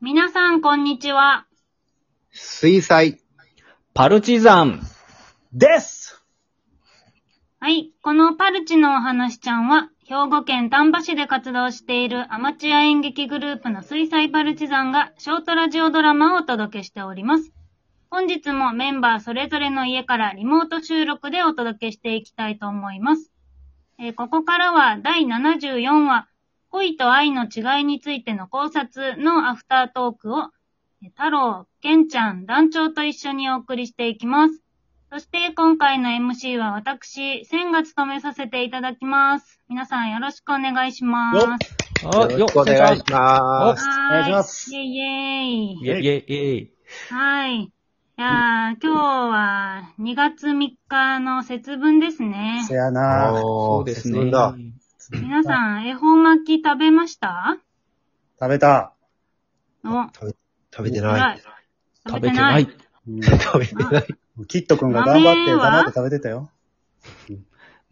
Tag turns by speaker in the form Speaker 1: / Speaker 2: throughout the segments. Speaker 1: 皆さん、こんにちは。
Speaker 2: 水彩
Speaker 3: パルチザン。
Speaker 2: です
Speaker 1: はい。このパルチのお話ちゃんは、兵庫県丹波市で活動しているアマチュア演劇グループの水彩パルチザンが、ショートラジオドラマをお届けしております。本日もメンバーそれぞれの家からリモート収録でお届けしていきたいと思います。えーここからは第74話、恋と愛の違いについての考察のアフタートークを、えー太郎、健ちゃん、団長と一緒にお送りしていきます。そして今回の MC は私、千が務めさせていただきます。皆さんよろしくお願いします。
Speaker 2: よっ
Speaker 3: あ
Speaker 2: よろしくお願いしま
Speaker 3: っ
Speaker 2: す。
Speaker 1: はー
Speaker 2: お願いします
Speaker 1: イェイイェイ。
Speaker 3: イェイイェイイェイ。
Speaker 1: はい。いやー、今日は2月3日の節分ですね
Speaker 4: せ。やなぁ
Speaker 3: そ
Speaker 2: そう
Speaker 3: です
Speaker 2: 進
Speaker 3: ね。
Speaker 2: んだ。
Speaker 1: 皆さん、恵方巻き食べました
Speaker 4: 食べた。
Speaker 1: お、
Speaker 2: 食べて
Speaker 1: 偉
Speaker 2: ないい。。
Speaker 3: 食べてない。。
Speaker 4: うん
Speaker 2: 食べてない。
Speaker 4: キット君が頑張って黙って食べてたよ。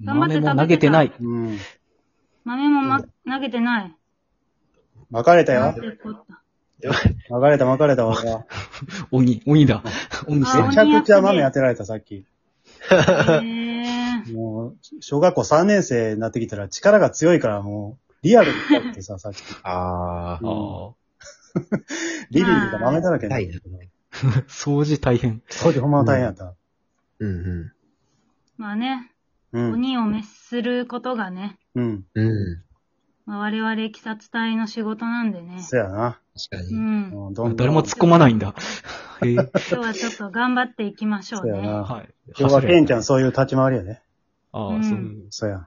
Speaker 1: 頑張って
Speaker 3: 豆も投げてない。
Speaker 4: うん。
Speaker 1: 豆もま、投げてない。
Speaker 4: 巻かれた
Speaker 1: なん
Speaker 4: よ。
Speaker 1: てこった
Speaker 4: 巻かれた巻かれた、俺は。
Speaker 3: 鬼、鬼だ。鬼して
Speaker 1: あ
Speaker 3: る
Speaker 4: めちゃくちゃ豆当てられた、さっき。
Speaker 1: へー。
Speaker 4: もう、小学校3年生になってきたら力が強いからもう、リアルになってさ、さっき。
Speaker 2: あ
Speaker 3: あー
Speaker 4: リビングが豆だらけになってるけど。
Speaker 3: 掃除大変。
Speaker 4: そうでほんま大変やった。
Speaker 2: うん
Speaker 1: まあね、
Speaker 4: うん。
Speaker 1: 鬼を滅することがね、
Speaker 4: うん。
Speaker 2: うん。うん。
Speaker 1: まあ、我々、鬼殺隊の仕事なんでね。
Speaker 4: そやな。
Speaker 2: 確か
Speaker 1: う
Speaker 2: に。
Speaker 1: ん。
Speaker 4: うん、どんどん。
Speaker 3: 誰も突っ込まないんだ。へー
Speaker 1: 今日はちょっと頑張っていきましょう
Speaker 4: そや
Speaker 1: ね。
Speaker 4: な。
Speaker 3: はい。
Speaker 4: 今日はケンちゃ
Speaker 3: ん。
Speaker 4: んそういう立ち回りやね。
Speaker 3: あ
Speaker 1: う
Speaker 3: あ、
Speaker 1: ん
Speaker 3: そういう。
Speaker 4: そや。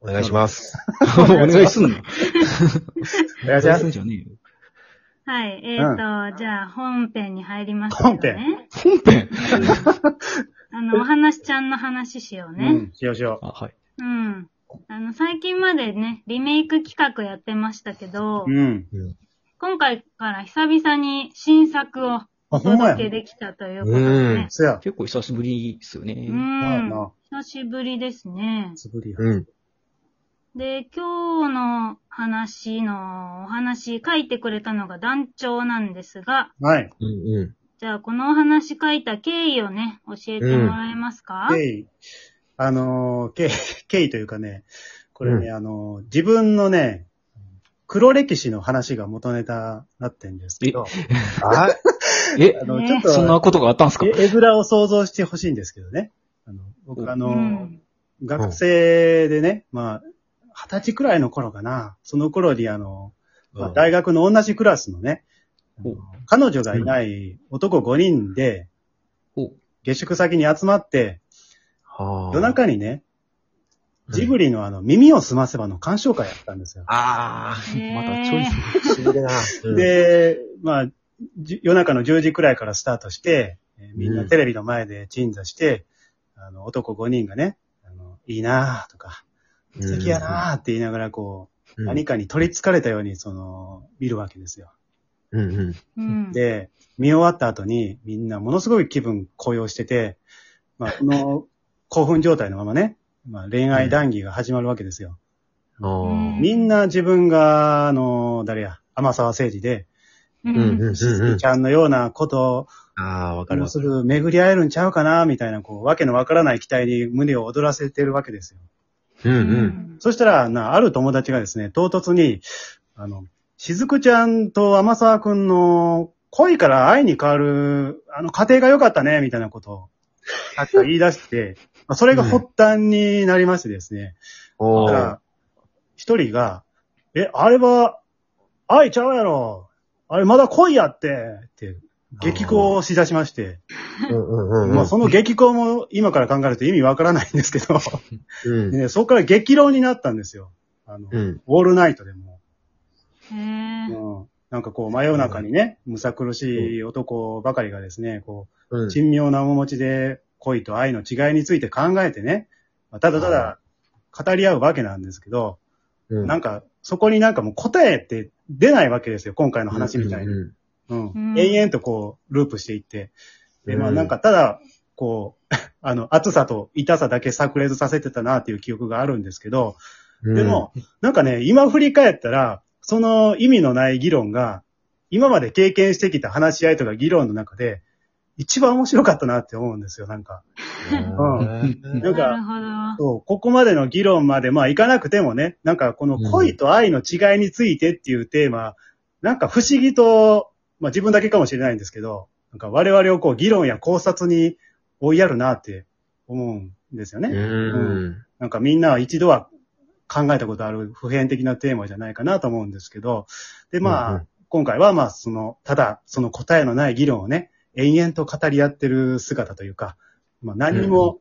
Speaker 2: お願いします。
Speaker 3: お願いすんの
Speaker 4: いや
Speaker 3: お
Speaker 4: じ
Speaker 3: 願
Speaker 4: ゃあ
Speaker 3: いすんじゃねえよ。
Speaker 1: はい。えっ、ー、と、じゃあ本編に入ります
Speaker 4: 本
Speaker 1: けどね
Speaker 4: 編。
Speaker 3: 本編
Speaker 1: あの、お話ちゃんの話しよう
Speaker 4: う
Speaker 1: ね。
Speaker 4: ん、しようしよ
Speaker 3: あ、はい。
Speaker 1: うん。あの、最近までね、リメイク企画やってましたけど
Speaker 4: う。、うん。
Speaker 1: 今回から久々に新作を
Speaker 4: あ、
Speaker 1: お
Speaker 4: ほんまや
Speaker 1: 届け
Speaker 4: ん。
Speaker 1: できたということで
Speaker 2: うん
Speaker 1: ね。。
Speaker 4: そや。
Speaker 3: 結構久しぶりですよ
Speaker 1: う
Speaker 3: ね。
Speaker 1: ん。
Speaker 4: まあ
Speaker 1: 久
Speaker 4: な
Speaker 1: しぶりですね。
Speaker 4: つぶりや。
Speaker 2: うん。
Speaker 1: で、今日の話のお話書いてくれたのが団長なんですが、
Speaker 4: はい。
Speaker 2: うんうん。
Speaker 1: じゃあこのお話書いた経緯をね、教えてもらえますか、
Speaker 4: 経緯、あのー、 経緯、経緯というかね、これね、あのー、自分のね、黒歴史の話が元ネタなってんですけど、
Speaker 2: あ
Speaker 3: え
Speaker 4: あ、の、
Speaker 1: ね
Speaker 4: ちょっ
Speaker 3: そんな
Speaker 4: と、
Speaker 3: ことがあったんすか
Speaker 4: 絵絵面を想像してほしいんですけどね。あの僕、あ
Speaker 1: う
Speaker 4: のー、
Speaker 1: ん。
Speaker 4: 学生でね、まあ、二十歳くらいの頃かな、その頃にあの、まあ大学の同じクラスのね、あの
Speaker 3: お
Speaker 4: 彼女がいない男5人で、
Speaker 3: お
Speaker 4: 下宿先に集まって、夜
Speaker 2: 夜
Speaker 4: 中にね、ジブリのあの、耳をすませばの鑑賞会やったんですよ。
Speaker 2: あ
Speaker 3: まだチョイス。
Speaker 2: あ、しびれな。
Speaker 4: で、まあ、じ夜中の10時くらいからスタートして、えーみんな
Speaker 2: うん
Speaker 4: テレビの前で鎮座して、あの、男5人がね、あのいいなぁとか、
Speaker 2: うん
Speaker 4: 素敵やなぁって言いながらこう、何かに取り憑かれたように、その、見るわけですよ。
Speaker 2: うんうん。
Speaker 1: うん。
Speaker 4: で、見終わった後にみんなものすごい気分高揚してて、まあ、この興奮状態のままね、まあ、恋愛談義が始まるわけですよ。
Speaker 2: ああ。
Speaker 4: みんな自分が、あの、誰や、天沢誠治で、
Speaker 1: う
Speaker 2: うんうん
Speaker 1: ん。
Speaker 2: うんうん
Speaker 4: ち。ゃんのようなこと
Speaker 2: ああ、わかる
Speaker 4: を
Speaker 2: わか
Speaker 4: す
Speaker 2: る。
Speaker 4: る、巡り合えるんちゃうかな、みたいな、こう、わけのわからない期待に胸を躍らせてるわけですよ。
Speaker 2: うん
Speaker 1: う
Speaker 2: うん。
Speaker 1: ん。
Speaker 4: そしたら、な、ある友達がですね、唐突に、あの、しずくちゃんと天沢くんの恋から愛に変わる、あの、家庭が良かったね、みたいなことを、なんか言い出して、まあそれが発端になりましてですね、
Speaker 2: お
Speaker 4: だか
Speaker 2: ー
Speaker 4: ら。一人が、え、あれは、愛ちゃうやろ。あれまだ恋やって、って、激高をしだしまして、
Speaker 2: うんうんうん。
Speaker 4: まあその激高も今から考えると意味わからないんですけど、
Speaker 2: うん
Speaker 4: でね、そこから激論になったんですよ。あの、
Speaker 2: うん。
Speaker 4: オールナイトでも。
Speaker 1: へー
Speaker 4: うんなんかこう、真夜中にね、むさ苦しい男ばかりがですね、こ
Speaker 2: う
Speaker 4: う、
Speaker 2: ん。
Speaker 4: 珍妙な面持ちで恋と愛の違いについて考えてね、まあただただ語り合うわけなんですけど、
Speaker 2: うん
Speaker 4: なんか、そこになんかもう答えって出ないわけですよ、今回の話みたいに。
Speaker 2: うん
Speaker 4: うん
Speaker 1: うん
Speaker 4: 延々とこう、ループしていって。で、まあ
Speaker 2: うん
Speaker 4: なんか、ただ、こう、 あの、暑さと痛さだけ炸裂させてたなっていう記憶があるんですけど、
Speaker 2: うん
Speaker 4: でも、なんかね、今振り返ったら、その意味のない議論が、今まで経験してきた話し合いとか議論の中で、一番面白かったなって思うんですよ、なんか。
Speaker 2: うん
Speaker 4: なんか
Speaker 1: なるほど。
Speaker 4: そう、ここまでの議論まで、まあ、いかなくてもね、なんかこの恋と愛の違いについてっていうテーマ、なんか不思議と、まあ自分だけかもしれないんですけど、なんか我々をこう議論や考察に追いやるなって思うんですよね。
Speaker 2: うん。
Speaker 4: なんかみんなは一度は考えたことある普遍的なテーマじゃないかなと思うんですけど、で、まあ、
Speaker 2: うんうん
Speaker 4: 今回はまあ、その、ただ、その答えのない議論をね、延々と語り合ってる姿というか、まあ何にも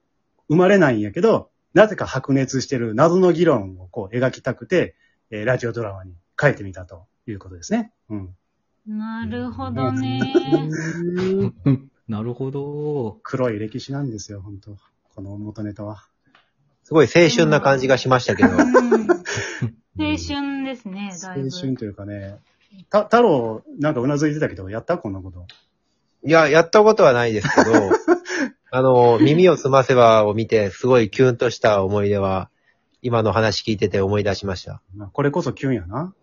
Speaker 4: 生まれないんやけど、なぜか白熱してる謎の議論をこう描きたくて、えーラジオドラマに書いてみたということですね。うん。
Speaker 1: なるほどね。
Speaker 3: うんなるほど。
Speaker 4: 黒い歴史なんですよ、本当この元ネタは。
Speaker 2: すごい青春な感じがしましたけど。
Speaker 1: うん青春ですね、だいぶ。
Speaker 4: 青春というかね、た、太郎、なんかうなずいてたけど、やったこんなこと。
Speaker 2: いや、やったことはないですけど、 あの、耳をすませばを見て、すごいキュンとした思い出は、今の話聞いてて思い出しました。
Speaker 4: まあ、これこそキュンやな。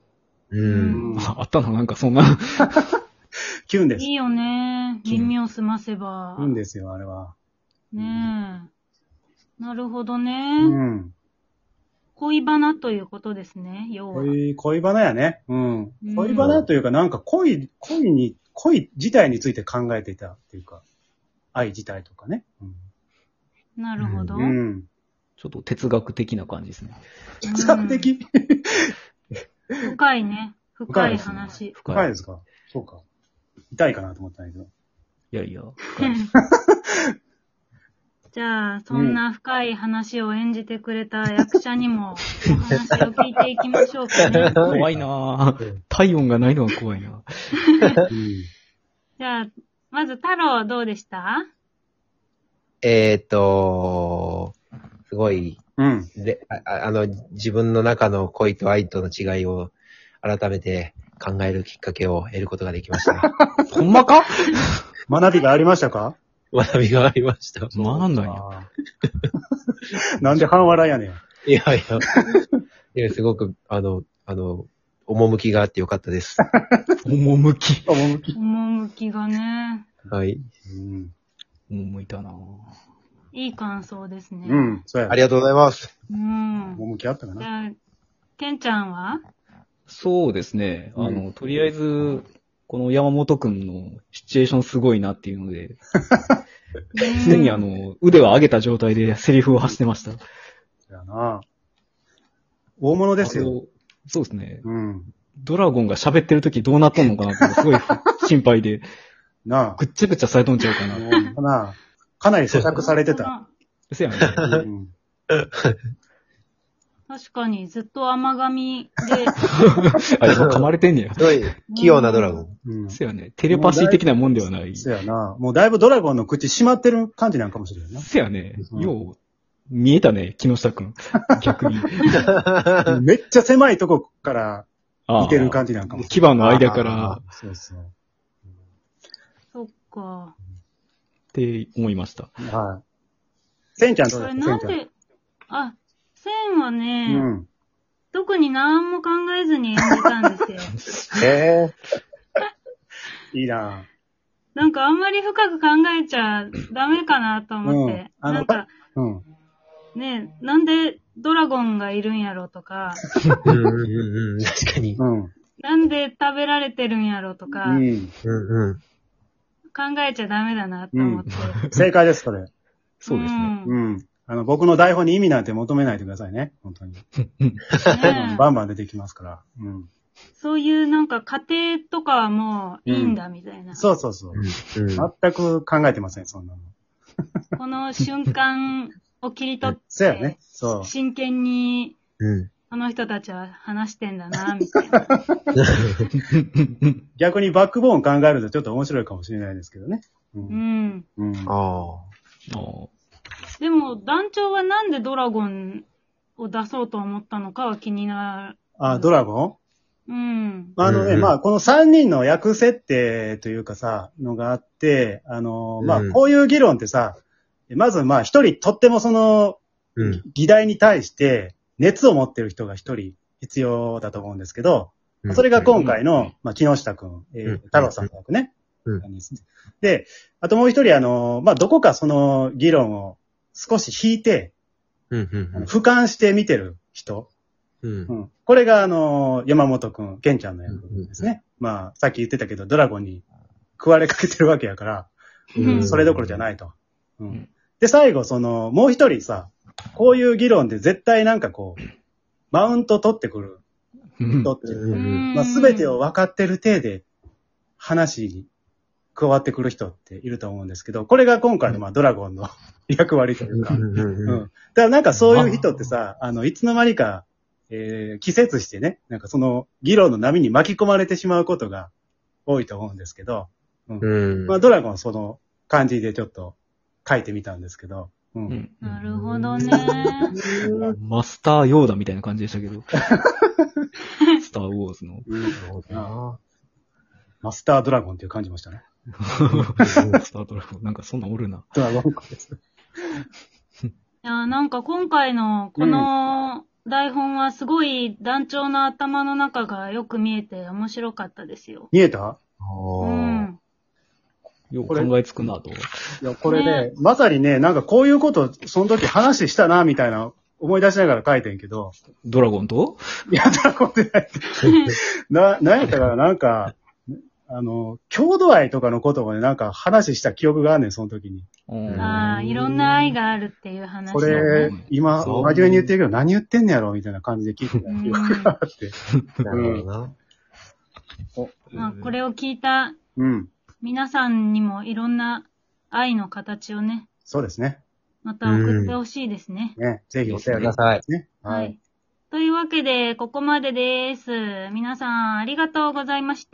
Speaker 2: うん。
Speaker 4: うん
Speaker 3: ああったな、なんかそんな。
Speaker 4: キュンです。
Speaker 1: いいよね。耳を澄ませば
Speaker 4: いい。んですよ、あれは。
Speaker 1: ねえ。なるほど
Speaker 4: う
Speaker 1: ね。
Speaker 4: ん。
Speaker 1: 恋バナということですね、要は。
Speaker 4: 恋、恋バナやね。うん
Speaker 1: うん。
Speaker 4: 恋バナというか、なんか恋、恋に、恋自体について考えていたっていうか、愛自体とかね。
Speaker 1: なるほど。
Speaker 4: う。
Speaker 1: うんん
Speaker 4: うん。
Speaker 3: ちょっと哲学的な感じですね。
Speaker 4: 比較的
Speaker 1: 深いね。深い話。
Speaker 3: 深
Speaker 4: 深い
Speaker 3: い
Speaker 4: で。すかそうか。痛いかなと思ったんだけど。
Speaker 3: いやいや、深い。
Speaker 1: じゃあ、そんな深い話を演じてくれた役者にも、お話を聞いていきましょうかね。
Speaker 3: 怖いなぁ。体温がないのは怖いな
Speaker 4: うん。
Speaker 1: じゃあ、まず太郎どうでした
Speaker 2: えーっと、すごい、
Speaker 4: うん。
Speaker 2: であああの、自分の中の恋と愛との違いを改めて考えるきっかけを得ることができま した。
Speaker 3: ほんまか
Speaker 4: 学びがありましたか
Speaker 2: 学びがありました。
Speaker 3: 学んだんや。
Speaker 4: あーなんで半笑いやねん。
Speaker 2: いやいや、いやすごく、あの、あの、趣があってよかったです。
Speaker 3: 趣。
Speaker 4: 趣。
Speaker 1: 趣がね、
Speaker 2: はい。
Speaker 4: うん。
Speaker 3: 趣いたなぁ。
Speaker 1: いい感想ですね。
Speaker 4: うん。そうや
Speaker 2: あ。りがとうございます。
Speaker 1: うん。
Speaker 4: 趣あったか
Speaker 1: じ
Speaker 4: な。
Speaker 1: ゃあ、ケンちゃんは
Speaker 3: そうですね。あの、とりあえず、この山本くんのシチュエーションすごいなっていうので、すでにあ、の、腕を上げた状態でセリフを発してました。
Speaker 4: そうやな。大物です
Speaker 3: あ
Speaker 4: よ。
Speaker 3: とそうですね。
Speaker 4: うん。
Speaker 3: ドラゴンが喋ってる時どうなっとんのかなって、すごい心配で、
Speaker 4: なあ。
Speaker 3: ぐっちゃぐちゃされとんちゃうか
Speaker 4: あ
Speaker 3: な。
Speaker 4: のかなかなり咀嚼されてた。
Speaker 3: せやね。
Speaker 4: うん
Speaker 1: 確かにずっと甘噛み で、
Speaker 3: あ、でも噛まれてんねや。
Speaker 2: すごい、器用なドラゴン。
Speaker 4: うん。
Speaker 3: せやね。テレパシー的なもんではない。
Speaker 4: そやな。もうだいぶドラゴンの口閉まってる感じなんかもしれないな。
Speaker 3: せやね。
Speaker 4: うん
Speaker 3: よう、見えたね、木下 くん。逆に。
Speaker 4: めっちゃ狭いとこから
Speaker 3: あ
Speaker 4: 見てる感じなんかも。
Speaker 3: 牙の間から、っ
Speaker 4: そうそう。
Speaker 1: そっか。
Speaker 3: て思いました。
Speaker 4: はい。せんちゃんどう
Speaker 1: こ
Speaker 4: だ
Speaker 1: れ
Speaker 4: ったせ
Speaker 1: なんん
Speaker 4: ちゃん。
Speaker 1: で、あ、線は
Speaker 4: う
Speaker 1: ね、
Speaker 4: ん。
Speaker 1: 特に何も考えずに演じたんですよ。
Speaker 2: え
Speaker 4: いいな
Speaker 1: なんかあんまり深く考えちゃダメかなと思って。
Speaker 4: うんあの
Speaker 1: なんか
Speaker 4: うん。
Speaker 1: ね、なんでドラゴンがいるんやろと か、
Speaker 2: うんうんうんうん、確かに。
Speaker 4: うん。
Speaker 1: なんで食べられてるんやろとか、
Speaker 4: う
Speaker 2: う
Speaker 4: ん。
Speaker 2: んうん。
Speaker 1: 考えちゃダメだなと思って。
Speaker 4: 正解です、それ。
Speaker 3: そうですね。
Speaker 1: うん
Speaker 4: うん。あの、僕の台本に意味なんて求めないでくださいね。本当に。
Speaker 1: ね
Speaker 4: バンバン出てきますから。うん。
Speaker 1: そういうなんか家庭とかはもういいんだみたいな。
Speaker 4: そうそうそ
Speaker 2: う
Speaker 4: う。
Speaker 2: んうん
Speaker 4: 全く考えてません、そんなの。
Speaker 1: この瞬間を切り取って、
Speaker 4: そうやね。そう。
Speaker 1: 真剣に
Speaker 2: うん。
Speaker 1: あの人たちは話してんだな、みたい な。
Speaker 4: 逆にバックボーン考えるとちょっと面白いかもしれないですけどね。う。
Speaker 1: うんん。
Speaker 4: うん。
Speaker 2: あ
Speaker 3: あー
Speaker 1: でも団長はなんでドラゴンを出そうと思ったのかは気にな
Speaker 4: あ、ドラゴン
Speaker 1: る。うん。
Speaker 4: あのね、
Speaker 2: うんうん
Speaker 4: まあ、この3人の役設定というかさ、のがあって、あの、まあ
Speaker 2: う、ん
Speaker 4: こういう議論ってさ、まずまあ、一人とってもその、
Speaker 2: ーうん。
Speaker 4: 議題に対して熱を持ってる人が一人必要だと思うんですけど、
Speaker 2: うん
Speaker 4: それが今回の、まあ、木下くん、えー
Speaker 2: うん
Speaker 4: 太郎さんの役ね。
Speaker 2: うん
Speaker 4: なんですで、あともう一人、あの、まあ、どこかその議論を少し引いて、
Speaker 2: うんうん
Speaker 4: あの俯瞰して見てる人。
Speaker 2: うんうん
Speaker 4: うん。これが、あの、山本くん、ケンちゃんの役ですね。まあ、さっき言ってたけど、ドラゴンに食われかけてるわけやから、
Speaker 1: うん
Speaker 4: それどころじゃないと。うんん。で、最後、その、もう一人さ、こういう議論で絶対なんかこう、マウント取ってくる
Speaker 3: うん
Speaker 4: 人っていう
Speaker 2: うんうん
Speaker 4: まあ、すべてを分かってる体で話に加わってくる人っていると思うんですけど、これが今回のまあドラゴンの 役割というか、うん。
Speaker 2: うん
Speaker 4: だからなんかそういう人ってさ、あの、いつの間にか、えー、季節してね、なんかその議論の波に巻き込まれてしまうことが多いと思うんですけど、
Speaker 2: うん
Speaker 4: まあドラゴンその感じでちょっと書いてみたんですけど、うん。
Speaker 3: うん
Speaker 1: なるほどね。
Speaker 3: マスターヨーダみたいな感じでした けど。スターウォーズの。
Speaker 4: マスタードラゴンっていう感じましたね。
Speaker 3: スタードラゴン。なんかそんなんおるな。
Speaker 4: ドラゴンです。
Speaker 1: いやー、なんか今回のこの台本はすごい団長の頭の中がよく見えて面白かったですよ。
Speaker 4: 見えた
Speaker 1: う
Speaker 2: ああ
Speaker 1: ん。
Speaker 3: よう
Speaker 4: これ
Speaker 3: 考えつくなと。
Speaker 4: いや、これ
Speaker 1: ね
Speaker 4: ね、まさにね、なんかこういうこと、その時話したな、みたいな、思い出しながら書いてんけど、
Speaker 3: ドラゴンと
Speaker 4: いや、たことない。な、なんやった から、なんか、あの、郷土愛とかのことをね、なんか話した記憶があんねん、その時に。
Speaker 3: うん
Speaker 1: ああ、いろんな愛があるっていう話。
Speaker 4: こ
Speaker 1: う
Speaker 4: れ
Speaker 3: うん、
Speaker 4: 今、
Speaker 3: そう
Speaker 4: 真面目に言ってるけど、何言ってんねやろみたいな感じで聞いてた記憶があって。
Speaker 2: なるほどな。
Speaker 1: まあ、これを聞いた
Speaker 4: うん。
Speaker 1: 皆さんにもいろんな愛の形をね、
Speaker 4: そうですね。
Speaker 1: また送ってほしいですね。
Speaker 4: ね。ぜひお世話
Speaker 2: く
Speaker 4: にな
Speaker 2: だ
Speaker 4: っ
Speaker 2: さい。
Speaker 4: てね。
Speaker 1: はい。というわけで、ここまでです。皆さんありがとうございました。